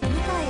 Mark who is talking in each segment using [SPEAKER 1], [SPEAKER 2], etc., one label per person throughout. [SPEAKER 1] 蘭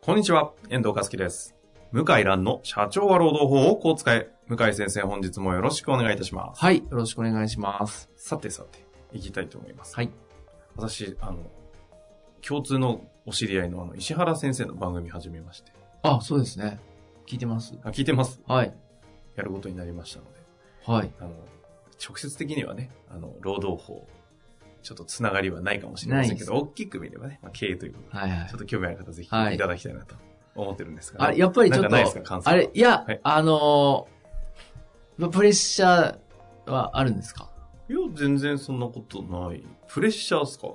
[SPEAKER 2] こんにちは、遠藤和樹です。向井蘭の社長は労働法をこう使え。向井先生、本日もよろしくお願いいたします。
[SPEAKER 3] はい、よろしくお願いします。
[SPEAKER 2] さてさて、行きたいと思います。
[SPEAKER 3] はい。
[SPEAKER 2] 私、あの、共通のお知り合いのあの、石原先生の番組始めまして。
[SPEAKER 3] あ、そうですね。聞いてます。
[SPEAKER 2] あ、聞いてます。
[SPEAKER 3] はい。
[SPEAKER 2] やることになりましたので。
[SPEAKER 3] はい。
[SPEAKER 2] あの、直接的にはね、あの、労働法、ちょっとつながりはないかもしれま
[SPEAKER 3] ない
[SPEAKER 2] せ
[SPEAKER 3] で
[SPEAKER 2] ん
[SPEAKER 3] す
[SPEAKER 2] けど、大きく見ればね、まあ、経営ということで、
[SPEAKER 3] はいはい
[SPEAKER 2] ちょっ。と興味ある方、ぜひ
[SPEAKER 3] はい
[SPEAKER 2] いただきたいなと思ってるんですが、
[SPEAKER 3] あれ、やっぱりちょ
[SPEAKER 2] なん
[SPEAKER 3] っ
[SPEAKER 2] かないですか、
[SPEAKER 3] と、
[SPEAKER 2] 感想
[SPEAKER 3] あれ、いや、
[SPEAKER 2] はい
[SPEAKER 3] あのープレッシャーはあるんですか
[SPEAKER 2] いや、全然そんなことない。プレッシャーっすか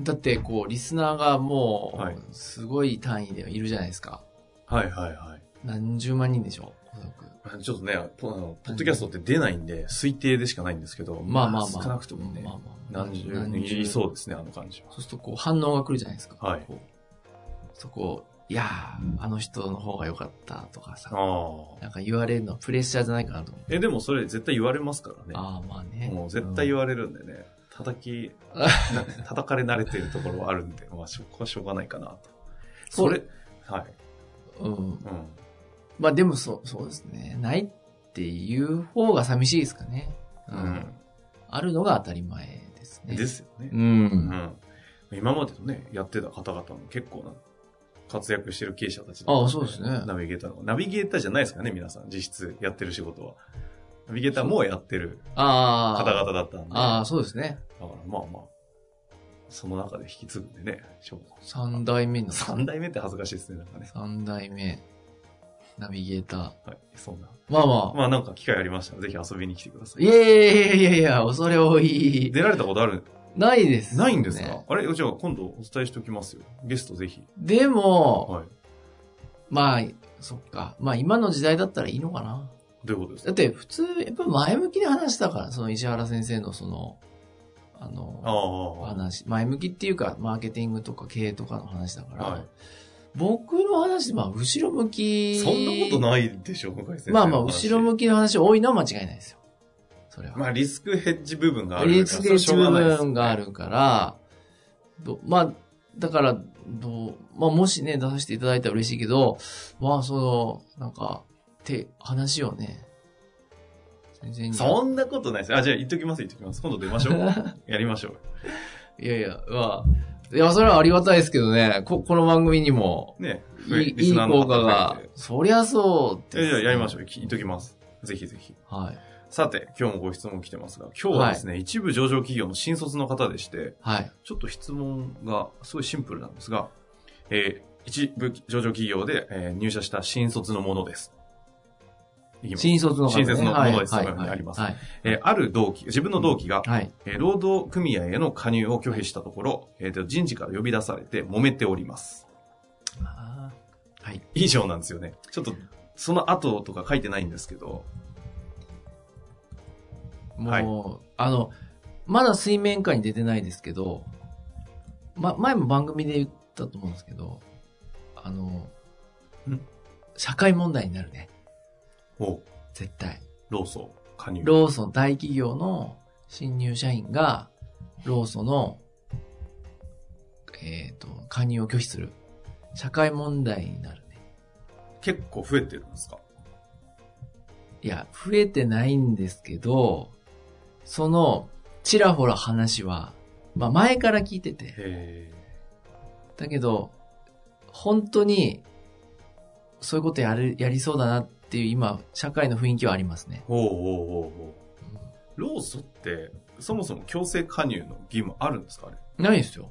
[SPEAKER 3] だって、こう、リスナーがも、
[SPEAKER 2] はいう
[SPEAKER 3] すごい単位でいるじゃないですか。
[SPEAKER 2] はいはいは
[SPEAKER 3] 何十万人でしょおそらく。
[SPEAKER 2] い。ちょっとね、ポあのポッドキャストって出ないんで、推定でしかないんですけど、
[SPEAKER 3] まあまあまあ。
[SPEAKER 2] 少なくともね
[SPEAKER 3] まあ、まあ
[SPEAKER 2] 何十人いそうですね、あの感じは。
[SPEAKER 3] そうすると、こう、反応が来るじゃないですか。
[SPEAKER 2] はい
[SPEAKER 3] こう。そこう、いやー、あの人の方が良かったとかさ。
[SPEAKER 2] ああ。
[SPEAKER 3] なんか言われるのはプレッシャーじゃないかなと思って。
[SPEAKER 2] え、でもそれ絶対言われますからね。
[SPEAKER 3] ああ、まあね。
[SPEAKER 2] もう絶対言
[SPEAKER 3] わ
[SPEAKER 2] われるんでね、叩 き、な叩かれ慣れてるところはあるんで、まあ、そこはしょうがないかなと。それ、はい。
[SPEAKER 3] れる。うん。
[SPEAKER 2] うん。
[SPEAKER 3] まあでもそう、そうですね。ないっていう方が寂しいですかね。あるのが当たり前です
[SPEAKER 2] うん。
[SPEAKER 3] ね。
[SPEAKER 2] ですよね
[SPEAKER 3] う。。
[SPEAKER 2] うんん。今までのね、やってた方々も結構な、活躍してる経営者たち
[SPEAKER 3] あそうですね
[SPEAKER 2] ナビゲーターの。ナビゲーターじゃないですかね、皆さん。実質やってる仕事は。ナビゲーターもやってる
[SPEAKER 3] ああ。
[SPEAKER 2] 方々だったんで。
[SPEAKER 3] ああ、そうですね。
[SPEAKER 2] だからまあまあ、その中で引き継ぐんでね、しょう
[SPEAKER 3] 三代目の。
[SPEAKER 2] 3代目って恥ずかしいですね、なんかね。
[SPEAKER 3] 三代目。ナビゲーター。
[SPEAKER 2] はい、そんな。
[SPEAKER 3] まあまあ。
[SPEAKER 2] まあなんか機会ありましたら、ぜひ遊びに来てください。
[SPEAKER 3] いやいやいやいやいや、恐れ多い。
[SPEAKER 2] 出られたことある
[SPEAKER 3] ないです、
[SPEAKER 2] ないんですか、
[SPEAKER 3] ね
[SPEAKER 2] あれじゃあ今度お伝えしておきますよ。ゲストぜひ。
[SPEAKER 3] でも、
[SPEAKER 2] はい。
[SPEAKER 3] まあ、そっか。まあ今の時代だったらいいのかな。
[SPEAKER 2] どういうことです
[SPEAKER 3] だ
[SPEAKER 2] か
[SPEAKER 3] って普通、やっぱ前向きに話したから、その石原先生のその、あの、
[SPEAKER 2] あ
[SPEAKER 3] 話、前向きっていうか、マーケティングとか経営とかの話だから、
[SPEAKER 2] はい
[SPEAKER 3] 僕の話、まあ後ろ向
[SPEAKER 2] あ。
[SPEAKER 3] き。
[SPEAKER 2] そんなことないでしょ、向井先生。
[SPEAKER 3] まあまあ、後ろ向
[SPEAKER 2] き。
[SPEAKER 3] きの話多いのは間違いないですよ。それは。
[SPEAKER 2] まあリスクヘッジ部分があるから。
[SPEAKER 3] リスク
[SPEAKER 2] それはしょうないで
[SPEAKER 3] 部
[SPEAKER 2] す
[SPEAKER 3] 分があ。るから、どまあ、だから、どう、まあ、もしね、出させていただいたら嬉しいけど、まあ、その、なんか、て、話をね、先生に。
[SPEAKER 2] そんなことないです。あ、じゃあ言っときます、言っときます。今度出ましょう。 やりましょう。
[SPEAKER 3] いやいや、まあ、いや、それはありがたいですけどね、こ、この番組にも、
[SPEAKER 2] ね。
[SPEAKER 3] いい、
[SPEAKER 2] リ
[SPEAKER 3] い
[SPEAKER 2] ス
[SPEAKER 3] い
[SPEAKER 2] ナーの
[SPEAKER 3] 効
[SPEAKER 2] 方
[SPEAKER 3] 果
[SPEAKER 2] 々
[SPEAKER 3] が
[SPEAKER 2] で。、
[SPEAKER 3] そりゃそう
[SPEAKER 2] えじゃあやりましょう。
[SPEAKER 3] う。
[SPEAKER 2] 言っときます。ぜひぜひ。
[SPEAKER 3] はい。
[SPEAKER 2] さて、今日もご質問来てますが、今日はですね、一部上場企業の新卒の方でして、
[SPEAKER 3] はい。
[SPEAKER 2] ちょっと質問がすごいシンプルなんですが、えー一部上場企業で、えー入社した新卒のものです。いきます
[SPEAKER 3] 新卒の方ね
[SPEAKER 2] 新卒のものです
[SPEAKER 3] はい
[SPEAKER 2] とか
[SPEAKER 3] はい。
[SPEAKER 2] あります
[SPEAKER 3] はい。
[SPEAKER 2] えーある同期、自分の同期が、
[SPEAKER 3] はい。
[SPEAKER 2] えー労働組合への加入を拒否したところ、えーと人事から呼び出されて揉めております。
[SPEAKER 3] あーはい。
[SPEAKER 2] 以上なんですよね。ちょっと、その後とか書いてないんですけど、
[SPEAKER 3] もう、
[SPEAKER 2] はい
[SPEAKER 3] あの、まだ水面下に出てないですけど、ま、前も番組で言ったと思うんですけど、あの
[SPEAKER 2] ん、
[SPEAKER 3] 社会問題になるね。
[SPEAKER 2] お
[SPEAKER 3] 絶対。
[SPEAKER 2] 労組加入。
[SPEAKER 3] ローソン大企業の新入社員が、ローソンの、えっ、と、加入を拒否する。社会問題になるね。
[SPEAKER 2] 結構増えてるんですか
[SPEAKER 3] いや、増えてないんですけど、その、ちらほら話は、まあ前から聞いてて、
[SPEAKER 2] へ
[SPEAKER 3] だけど、本当に、そういうことやる、やりそうだなっていう今、社会の雰囲気はありますね。
[SPEAKER 2] ほうほうほうほう。労組って、そもそも強制加入の義務あるんですかあれ。
[SPEAKER 3] ないですよ。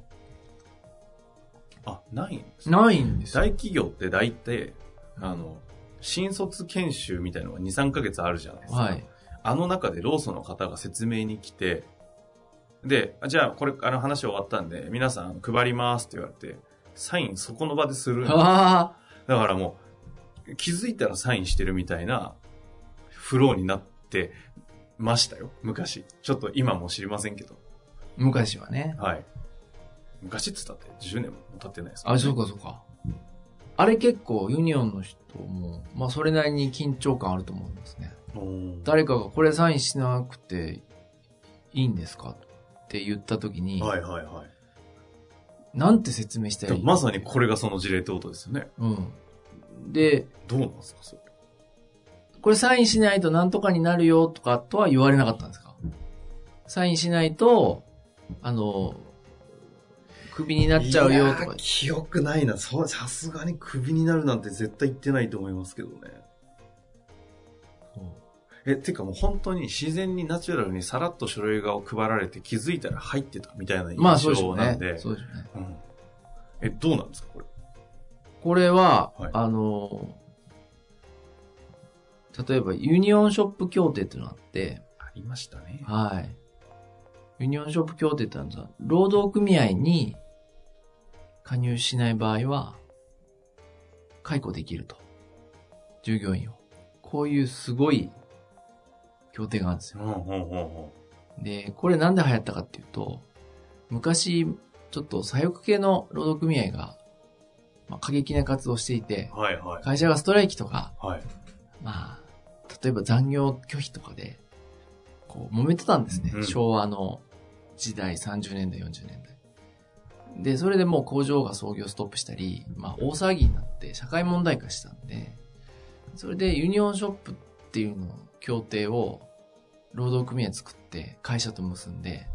[SPEAKER 2] あ、ないんですね
[SPEAKER 3] ないんでよ。
[SPEAKER 2] 大企業って大体、あの、新卒研修みたいのが2、3ヶ月あるじゃないですか。
[SPEAKER 3] はい。
[SPEAKER 2] あの中で労組の方が説明に来て、で、あじゃあ、これ、あの話終わったんで、皆さん配りますって言われて、サインそこの場でするんだだ
[SPEAKER 3] あ
[SPEAKER 2] からもう、気づいたらサインしてるみたいな、フローになってましたよ、昔。ちょっと今も知りませんけど。
[SPEAKER 3] あ、昔はね。
[SPEAKER 2] はい。昔っつったって10年も経ってないですから
[SPEAKER 3] あ、
[SPEAKER 2] ね
[SPEAKER 3] そうかそうか。あれ結構ユニオンの人も、まあそれなりに緊張感あると思うんですね。
[SPEAKER 2] おー
[SPEAKER 3] 誰かがこれサインしなくていいんですかって言った時に、
[SPEAKER 2] はいはいはい。
[SPEAKER 3] なんて説明した
[SPEAKER 2] で
[SPEAKER 3] らい
[SPEAKER 2] も
[SPEAKER 3] い
[SPEAKER 2] まさにこれがその事例ってことですよね。
[SPEAKER 3] うん。で、
[SPEAKER 2] どうなんですか、それ。
[SPEAKER 3] これサインしないとなんとかになるよとかとは言われなかったんですかサインしないと、あの、クビになっちゃうよ
[SPEAKER 2] い
[SPEAKER 3] と
[SPEAKER 2] や
[SPEAKER 3] か
[SPEAKER 2] ー。記憶ないな。そう、さすがにクビになるなんて絶対言ってないと思いますけどね。え、てかもう本当に自然にナチュラルにさらっと書類が配られて気づいたら入ってたみたいな
[SPEAKER 3] まあそう
[SPEAKER 2] 印
[SPEAKER 3] でしょ
[SPEAKER 2] 象
[SPEAKER 3] う
[SPEAKER 2] な
[SPEAKER 3] ね
[SPEAKER 2] んで。。
[SPEAKER 3] そうでしょうね。
[SPEAKER 2] うんえ、どうなんですか、これ。
[SPEAKER 3] これは、
[SPEAKER 2] はい
[SPEAKER 3] あの、例えばユニオンショップ協定っていうのがあって、
[SPEAKER 2] ありましたね。
[SPEAKER 3] はい。ユニオンショップ協定ってのは、労働組合に加入しない場合は、解雇できると。従業員を。こういうすごい協定があるんですよ。
[SPEAKER 2] うんうんうんうん。
[SPEAKER 3] で、これなんで流行ったかっていうと、昔、ちょっと左翼系の労働組合が、まあ、過激な活動をしていて、
[SPEAKER 2] はいはい。
[SPEAKER 3] 会社がストライキとか、
[SPEAKER 2] はい。
[SPEAKER 3] まあ、例えば残業拒否とかで、こう、揉めてたんですね。
[SPEAKER 2] うん
[SPEAKER 3] 昭和の時代、30年代、40年代。で、それでもう工場が操業ストップしたり、まあ、大騒ぎになって社会問題化したんで、それでユニオンショップっていうのを、協定を、労働組合作って、会社と結んで、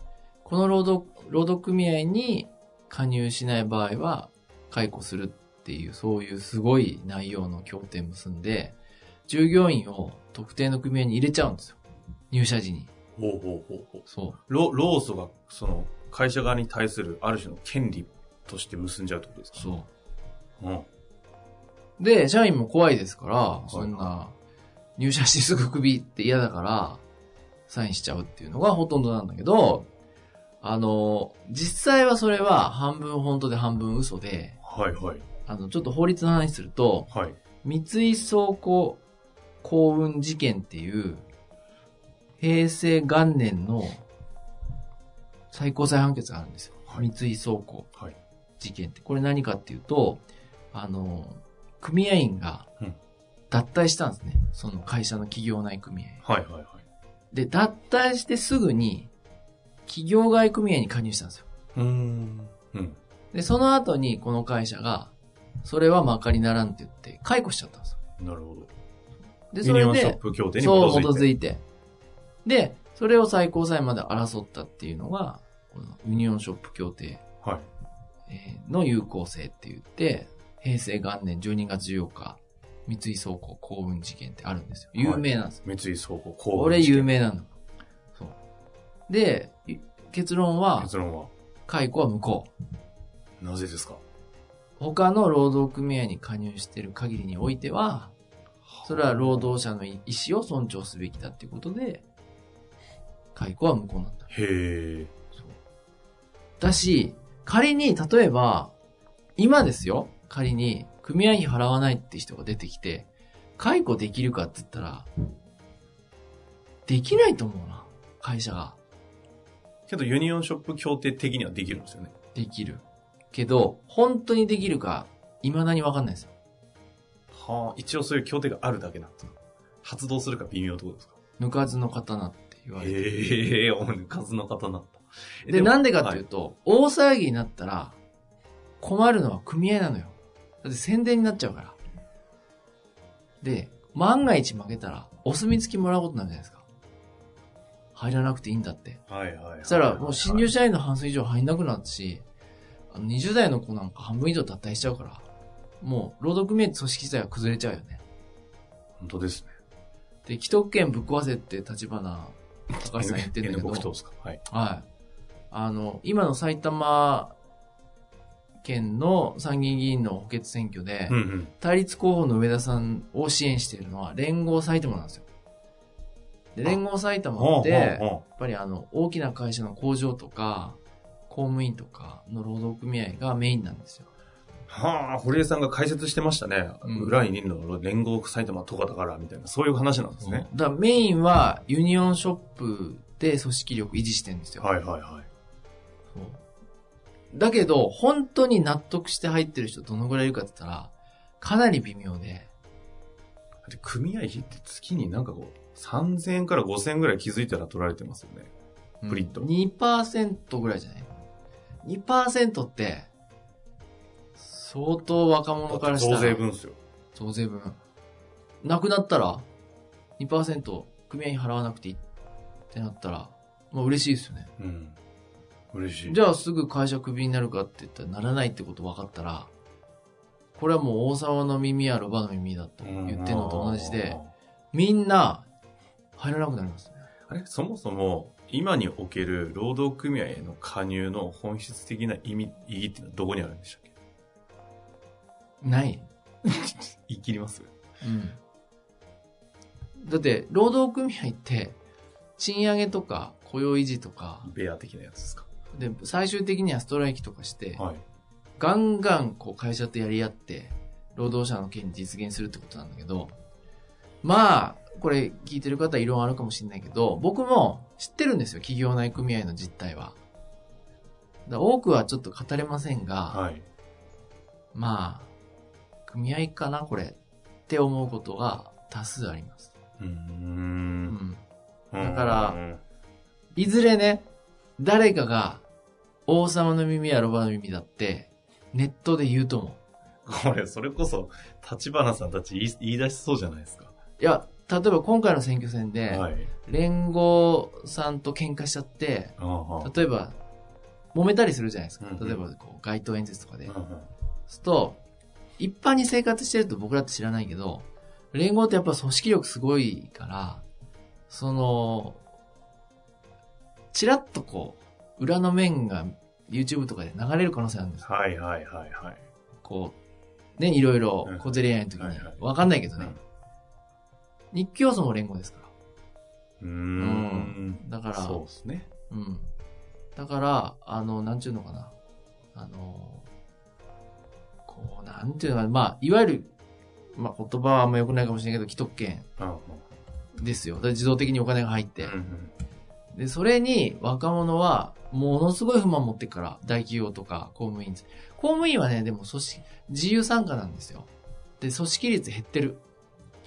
[SPEAKER 3] この労働、労働組合に加入しない場合は、解雇するっていう、そういうすごい内容の協定結んで、従業員を特定の組合に入れちゃうんですよ。入社時に。
[SPEAKER 2] ほうほうほうほう。
[SPEAKER 3] そ
[SPEAKER 2] 労労組が、その、会社側に対するある種の権利として結んじゃうってことです
[SPEAKER 3] う。
[SPEAKER 2] か
[SPEAKER 3] そ
[SPEAKER 2] うん。
[SPEAKER 3] う。で、社員も怖いですから、
[SPEAKER 2] い
[SPEAKER 3] そんな、入社してすぐクビって嫌だから、サインしちゃうっていうのがほとんどなんだけど、あの、実際はそれは半分本当で半分嘘で、
[SPEAKER 2] はいはい。
[SPEAKER 3] あの、ちょっと法律の話すると、
[SPEAKER 2] はい。
[SPEAKER 3] 三井倉庫幸運事件っていう、平成元年の最高裁判決があるんです
[SPEAKER 2] は
[SPEAKER 3] よ。
[SPEAKER 2] い
[SPEAKER 3] 三井倉庫
[SPEAKER 2] はい
[SPEAKER 3] 事件って。これ何かっていうと、あの、組合員が
[SPEAKER 2] うん
[SPEAKER 3] 脱退したんですね。その会社の企業内組合。
[SPEAKER 2] はいはいはい。
[SPEAKER 3] で、脱退してすぐに、企業外組合に加入したんですよ。
[SPEAKER 2] うーん。うん。
[SPEAKER 3] で、その後にこの会社が、それはまかりならんって言って、解雇しちゃったんですよ。
[SPEAKER 2] なるほど。
[SPEAKER 3] で、
[SPEAKER 2] ユ
[SPEAKER 3] そ
[SPEAKER 2] ニ
[SPEAKER 3] れ
[SPEAKER 2] オンショ
[SPEAKER 3] で
[SPEAKER 2] ッ、プ協定に基
[SPEAKER 3] そう、基
[SPEAKER 2] づ
[SPEAKER 3] づ
[SPEAKER 2] いて。
[SPEAKER 3] いて。で、それを最高裁まで争ったっていうのが、このユニオンショップ協定
[SPEAKER 2] はい。
[SPEAKER 3] えーの有効性って言って、平成元年12月14日、三井倉庫幸運事件ってあるんですよ。有名なんですよ。
[SPEAKER 2] 三井倉庫公
[SPEAKER 3] これ有名なの。そう。で、い結論は、
[SPEAKER 2] 結論は、
[SPEAKER 3] 解雇は無効。
[SPEAKER 2] なぜですか
[SPEAKER 3] 他の労働組合に加入している限りにおいては、それは労働者の意思を尊重すべきだっていうことで、解雇は無効なんだ。
[SPEAKER 2] へえ。
[SPEAKER 3] だし、仮に、例えば、今ですよ。仮に、組合費払わないって人が出てきて、解雇できるかって言ったら、できないと思うな。会社が。
[SPEAKER 2] けどユニオンショップ協定的にはできるんですよね。
[SPEAKER 3] できる。けど、本当にできるか、未だにわかんないですよ。
[SPEAKER 2] はあ、一応そういう協定があるだけなんですか発動するか微妙ってことですか
[SPEAKER 3] 抜かずの刀って言われて。
[SPEAKER 2] へえ、お数の方なった。え
[SPEAKER 3] で、
[SPEAKER 2] も
[SPEAKER 3] なんでかっていうと、大騒ぎになったら、困るのは組合なのよ。だって宣伝になっちゃうから。で、万が一負けたら、お墨付きもらうことになるじゃないですか。入らなくていいんだって。
[SPEAKER 2] はいはいはい。
[SPEAKER 3] そしたら、もう新入社員の半数以上入んなくなったし、あの20代の子なんか半分以上脱退しちゃうから、もう、労働組合組織自体は崩れちゃうよね。
[SPEAKER 2] 本当ですね。
[SPEAKER 3] で、既得権ぶっ壊せって立花高橋さん言ってんだけ
[SPEAKER 2] N
[SPEAKER 3] ど
[SPEAKER 2] 僕。とですかはい。
[SPEAKER 3] はい。あの、今の埼玉県の参議院議員の補欠選挙で、
[SPEAKER 2] うんうん。
[SPEAKER 3] 対立候補の上田さんを支援しているのは連合埼玉なんですよ。で連合埼玉って、やっぱりあの、大きな会社の工場とか、公務員とかの労働組合がメインなんですよ。
[SPEAKER 2] はあ、堀江さんが解説してましたね。
[SPEAKER 3] うん
[SPEAKER 2] 裏にいるのは連合埼玉とかだから、みたいな、そういう話なんですね。
[SPEAKER 3] だからメインはユニオンショップで組織力維持してるんですよ。
[SPEAKER 2] はいはいはい。
[SPEAKER 3] そうだけど、本当に納得して入ってる人どのぐらいいるかって言ったら、かなり微妙で、
[SPEAKER 2] だって組合費って月になんかこう、3000円から5000円ぐらい気づいたら取られてますよね。
[SPEAKER 3] うん
[SPEAKER 2] プリッと
[SPEAKER 3] 2%ぐらいじゃない ?2% って、相当若者からしたら。
[SPEAKER 2] 増税。分ですよ。
[SPEAKER 3] 増税分。なくなったら、2%組合費払わなくていいってなったら、まあ嬉しいですよね。
[SPEAKER 2] うん。嬉しい。
[SPEAKER 3] じゃあすぐ会社クビになるかって言ったらならないってこと分かったら、これはもう王様の耳やロバの耳だと言ってるのと同じで、みんな入らなくなりますね。
[SPEAKER 2] あれそもそも、今における労働組合への加入の本質的な意味、意義っていうのはどこにあるんでしたっけ
[SPEAKER 3] ない。
[SPEAKER 2] 言い切ります
[SPEAKER 3] だって、労働組合って、賃上げとか雇用維持とか、
[SPEAKER 2] ベア的なやつですか
[SPEAKER 3] で、最終的にはストライキとかして、
[SPEAKER 2] はい。
[SPEAKER 3] ガンガンこう会社とやり合って、労働者の権利実現するってことなんだけど、まあ、これ聞いてる方は異論あるかもしれないけど、僕も知ってるんですよ、企業内組合の実態は。だ多くはちょっと語れませんが、
[SPEAKER 2] はい。
[SPEAKER 3] まあ、組合かな、これ。って思うことが多数あります。
[SPEAKER 2] うー。
[SPEAKER 3] うんん。
[SPEAKER 2] だ
[SPEAKER 3] から、いずれね、誰かが、王様の耳やロバの耳だって、ネットで言うと思
[SPEAKER 2] これ、それこそ、立花さんたち言い言い出しそうじゃないですか。
[SPEAKER 3] う。いや、例えば今回の選挙戦で、
[SPEAKER 2] はい。
[SPEAKER 3] 連合さんと喧嘩しちゃって、
[SPEAKER 2] ああはあ
[SPEAKER 3] 例えば、揉めたりするじゃないですか
[SPEAKER 2] うんう。ん
[SPEAKER 3] 例えば、こう、街頭演説とかで。
[SPEAKER 2] うんうん
[SPEAKER 3] すると、一般に生活してると僕らって知らないけど、連合ってやっぱ組織力すごいから、その、ちらっとこう、裏の面が YouTube とかで流れる可能性あるんですよ。
[SPEAKER 2] はいはいはいはい。
[SPEAKER 3] こう、ね、いろいろ
[SPEAKER 2] うん
[SPEAKER 3] 小競り合いの時
[SPEAKER 2] は
[SPEAKER 3] に
[SPEAKER 2] いはい。
[SPEAKER 3] わかんないけど
[SPEAKER 2] う
[SPEAKER 3] ね
[SPEAKER 2] ん。
[SPEAKER 3] 日教組も連合ですから。
[SPEAKER 2] うーん。
[SPEAKER 3] だから、
[SPEAKER 2] そうですね。
[SPEAKER 3] うん。だから、あの、なんちゅうのかな。あの、こう、なんていうのかな。まあ、いわゆる、まあ、言葉はあんま良くないかもしれないけど、既得権
[SPEAKER 2] うんうん
[SPEAKER 3] ですよ。だから自動的にお金が入って
[SPEAKER 2] う。ん
[SPEAKER 3] で、それに若者は、ものすごい不満持ってっから、大企業とか公務員。公務員はね、でも組織、自由参加なんですよ。で、組織率減ってる。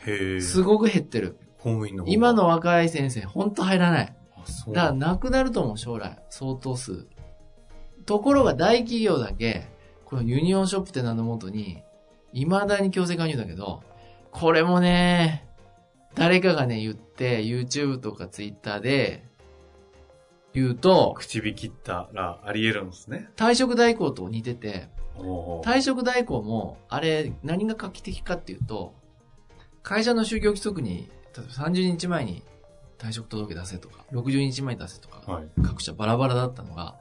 [SPEAKER 2] へえ。
[SPEAKER 3] すごく減ってる。
[SPEAKER 2] 公務員の方が
[SPEAKER 3] 今、の若い先生、ほんと入らない。
[SPEAKER 2] あそう
[SPEAKER 3] だからなくなると思う、将来。相当数。ところが大企業だけ、このユニオンショップって名のもとに、未だに強制加入だけど、これもね、誰かがね、言って、YouTube とか Twitter で、言うと、
[SPEAKER 2] 口火切ったらあり得るんですね。
[SPEAKER 3] 退職代行と似てて、
[SPEAKER 2] おー
[SPEAKER 3] 退職代行も、あれ、何が画期的かっていうと、会社の就業規則に、例えば30日前に退職届出せとか、60日前に出せとか、
[SPEAKER 2] はい。
[SPEAKER 3] 各社バラバラだったのが、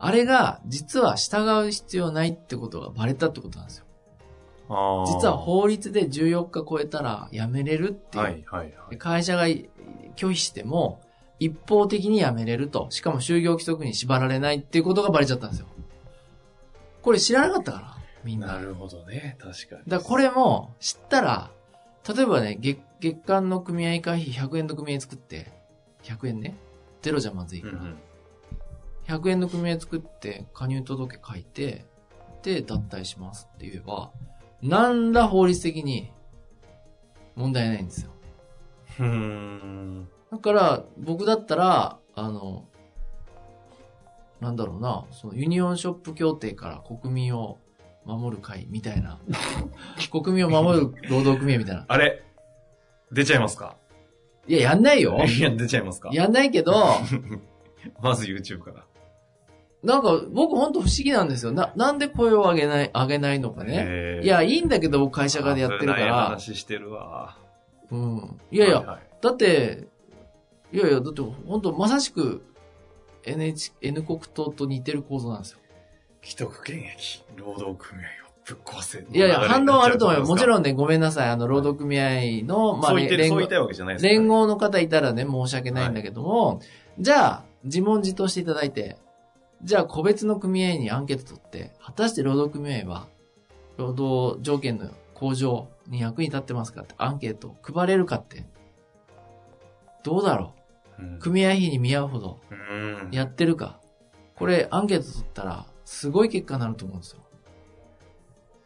[SPEAKER 3] あれが実は従う必要ないってことがバレたってことなんですよ。
[SPEAKER 2] あー
[SPEAKER 3] 実は法律で14日超えたら辞めれるっていう。
[SPEAKER 2] はいはいは
[SPEAKER 3] で
[SPEAKER 2] い。
[SPEAKER 3] 会社がい拒否しても、一方的に辞めれると。しかも就業規則に縛られないっていうことがバレちゃったんですよ。これ知らなかったから、みんな。
[SPEAKER 2] るほどね。確かに
[SPEAKER 3] だからこれも知ったら、例えばね、月月間の組合会費100円の組合作って、100円ね。ゼロじゃまずいか
[SPEAKER 2] う
[SPEAKER 3] ら。
[SPEAKER 2] んうん
[SPEAKER 3] 100円の組合作って、加入届書いて、で、脱退しますって言えば、何ら法律的に問題ないんですよ。
[SPEAKER 2] うーん。
[SPEAKER 3] だから、僕だったら、あの、なんだろうな、そのユニオンショップ協定から国民を守る会みたい な、国民を守る労働組合みたいな。
[SPEAKER 2] あれ出ちゃいますか
[SPEAKER 3] いや、やんないよ。
[SPEAKER 2] いや、出ちゃいますか
[SPEAKER 3] やんないけど、
[SPEAKER 2] まず YouTube から。
[SPEAKER 3] なんか僕ほんと不思議なんですよ。な、なんで声を上げない、上げないのかね。
[SPEAKER 2] へー
[SPEAKER 3] いや、、いいんだけど、僕会社側でやってるか
[SPEAKER 2] 危ない
[SPEAKER 3] ら。
[SPEAKER 2] 話してるわ。
[SPEAKER 3] うん。い
[SPEAKER 2] い
[SPEAKER 3] やいや、
[SPEAKER 2] は
[SPEAKER 3] だって、いやいや、だって、本当まさしく、NH、N 国党と似てる構造なんですよ。
[SPEAKER 2] 既得権益、労働組合を。ぶっ壊せ。
[SPEAKER 3] いやいや、反応あると思います。もち
[SPEAKER 2] ん。
[SPEAKER 3] ろんね、ごめんなさい。あの、労働組合の、まあ、
[SPEAKER 2] そう言ってる、
[SPEAKER 3] 連
[SPEAKER 2] そう
[SPEAKER 3] 合
[SPEAKER 2] 言いたいわけじゃないですから
[SPEAKER 3] 連合の方いたらね、申し訳ないんだけども、じゃあ、自問自答していただいて、じゃあ、個別の組合にアンケート取って、果たして労働組合は、労働条件の向上に役に立ってますかって、アンケートを配れるかって、どうだろ
[SPEAKER 2] うん
[SPEAKER 3] う組合費に見合うほど
[SPEAKER 2] うん。
[SPEAKER 3] やってるか。これ、アンケート取ったら、すごい結果になると思うんですよ。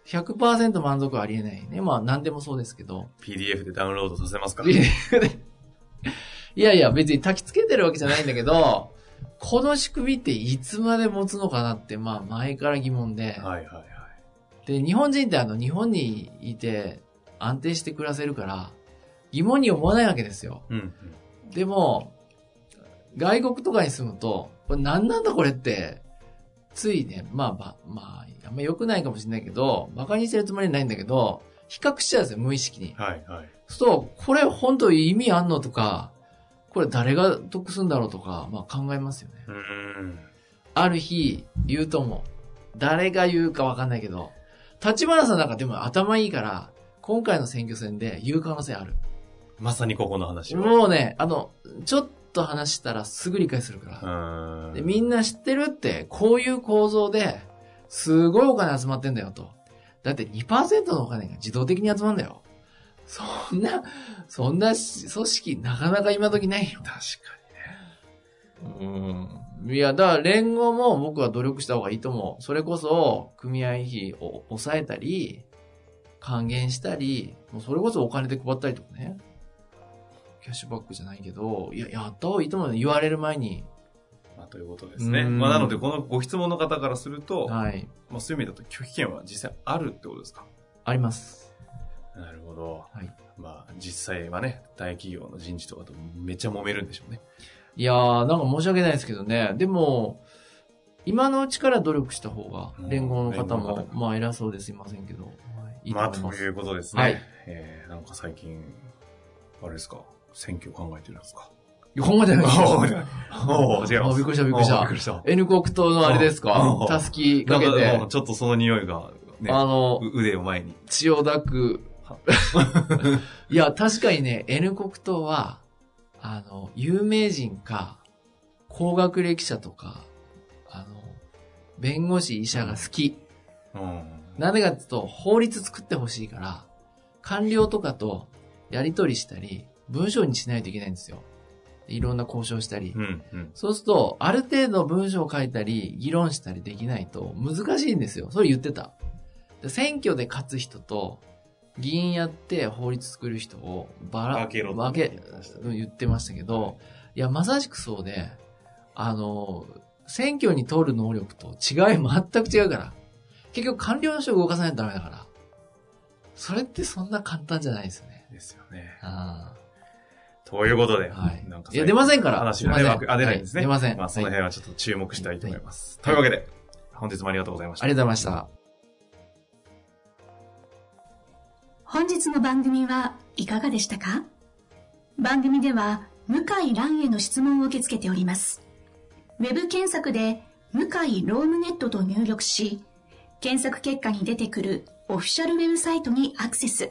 [SPEAKER 3] 100%満足はありえないね。まあ、何でもそうですけど。
[SPEAKER 2] PDF でダウンロードさせますか
[SPEAKER 3] いやいやいや、別に焚き付けてるわけじゃないんだけど、この仕組みっていつまで持つのかなって、まあ前から疑問で。
[SPEAKER 2] はいはいはい。
[SPEAKER 3] で、日本人ってあの、日本にいて安定して暮らせるから、疑問に思わないわけですよ。
[SPEAKER 2] うんうん。
[SPEAKER 3] でも、外国とかに住むと、これ何なんだこれって、ついね、まあ、ば、まあ、あんま良くないかもしれないけど、馬鹿にしてるつもりはないんだけど、比較しちゃうんですよ、無意識に。
[SPEAKER 2] はいはい。
[SPEAKER 3] そうすると、これ本当に意味あんのとか、これ誰が得すんだろうとか、まあ考えますよね。
[SPEAKER 2] うん。
[SPEAKER 3] ある日、言うと思う。誰が言うかわかんないけど、立花さんなんかでも頭いいから、今回の選挙戦で言う可能性ある。
[SPEAKER 2] まさにここの話。う
[SPEAKER 3] もうね、あの、ちょっと話したらすぐ理解するから。
[SPEAKER 2] ん。
[SPEAKER 3] でみんな知ってるって、こういう構造で、すごいお金集まってんだよと。だって2%のお金が自動的に集まるんだよ。そんな、そんなし組織なかなか今時ないよ。
[SPEAKER 2] 確か
[SPEAKER 3] うん。いや、だから連合も僕は努力した方がいいと思う。それこそ、組合費を抑えたり、還元したり、もうそれこそお金で配ったりとかね。キャッシュバックじゃないけど、いや、やった方がいいと思うよ。言われる前に。
[SPEAKER 2] に。まあ、ということですね。
[SPEAKER 3] うん
[SPEAKER 2] まあ、なので、このご質問の方からすると、
[SPEAKER 3] はい。
[SPEAKER 2] まあ、そういう意味だと拒否権は実際あるってことですか
[SPEAKER 3] あります。
[SPEAKER 2] なるほど。
[SPEAKER 3] はい。
[SPEAKER 2] まあ、実際はね、大企業の人事とかとめっちゃ揉めるんでしょうね。
[SPEAKER 3] いやー、なんか申し訳ないですけどね。でも、今のうちから努力した方が
[SPEAKER 2] う、ん
[SPEAKER 3] 連合の方
[SPEAKER 2] 連合の
[SPEAKER 3] も
[SPEAKER 2] 方、
[SPEAKER 3] まあ偉そうですいませんけど、いいと
[SPEAKER 2] まあ、
[SPEAKER 3] 思い
[SPEAKER 2] と
[SPEAKER 3] ま
[SPEAKER 2] い
[SPEAKER 3] す。
[SPEAKER 2] うことですね。
[SPEAKER 3] はい
[SPEAKER 2] えー、なんか最近、あれですか、選挙考えてるんですか
[SPEAKER 3] いや、ほんまじゃないですよ。
[SPEAKER 2] おーおー違います
[SPEAKER 3] あびっくりした、びっくりし
[SPEAKER 2] おーびったく。りした。
[SPEAKER 3] N 国党のあれです
[SPEAKER 2] う
[SPEAKER 3] か
[SPEAKER 2] ん
[SPEAKER 3] たすき
[SPEAKER 2] な
[SPEAKER 3] か
[SPEAKER 2] ん
[SPEAKER 3] け
[SPEAKER 2] か
[SPEAKER 3] て
[SPEAKER 2] もう、ちょっとその匂いがね、
[SPEAKER 3] あの、
[SPEAKER 2] う腕を前に。
[SPEAKER 3] 千代田区。 いや、確かにね、N 国党は、あの、有名人か、高学歴者とか、あの、弁護士、医者が好き。
[SPEAKER 2] うん。
[SPEAKER 3] なぜかっていうと、法律作ってほしいから、官僚とかとやりとりしたり、文章にしないといけないんですよ。いろんな交渉したり。
[SPEAKER 2] うん、うん。
[SPEAKER 3] そうすると、ある程度文章を書いたり、議論したりできないと難しいんですよ。それ言ってた。で選挙で勝つ人と、議員やって法律作る人をばら、
[SPEAKER 2] 分けろと
[SPEAKER 3] 分け
[SPEAKER 2] 言ってましたね
[SPEAKER 3] うん言ってましたけど、いや、まさしくそうで、あの、選挙に通る能力と違い、全く違うから。結局官僚の人を動かさないとダメだから。それってそんな簡単じゃないですよね。
[SPEAKER 2] ですよね。
[SPEAKER 3] あ
[SPEAKER 2] ということで、
[SPEAKER 3] はい
[SPEAKER 2] なんか
[SPEAKER 3] いや出ませんから
[SPEAKER 2] 話がね、
[SPEAKER 3] 出ま
[SPEAKER 2] わ
[SPEAKER 3] せん
[SPEAKER 2] くあ、出ないんですね。
[SPEAKER 3] はい出ません
[SPEAKER 2] まあ、その辺はちょっと注目したいと思います。というわけで、本日もありがとうございまし
[SPEAKER 3] あ
[SPEAKER 2] た
[SPEAKER 3] り。がとうございました。
[SPEAKER 4] 本日の番組はいかがでしたか番組では向井蘭への質問を受け付けております。ウェブ検索で向井ロームネットと入力し、検索結果に出てくるオフィシャルウェブサイトにアクセス。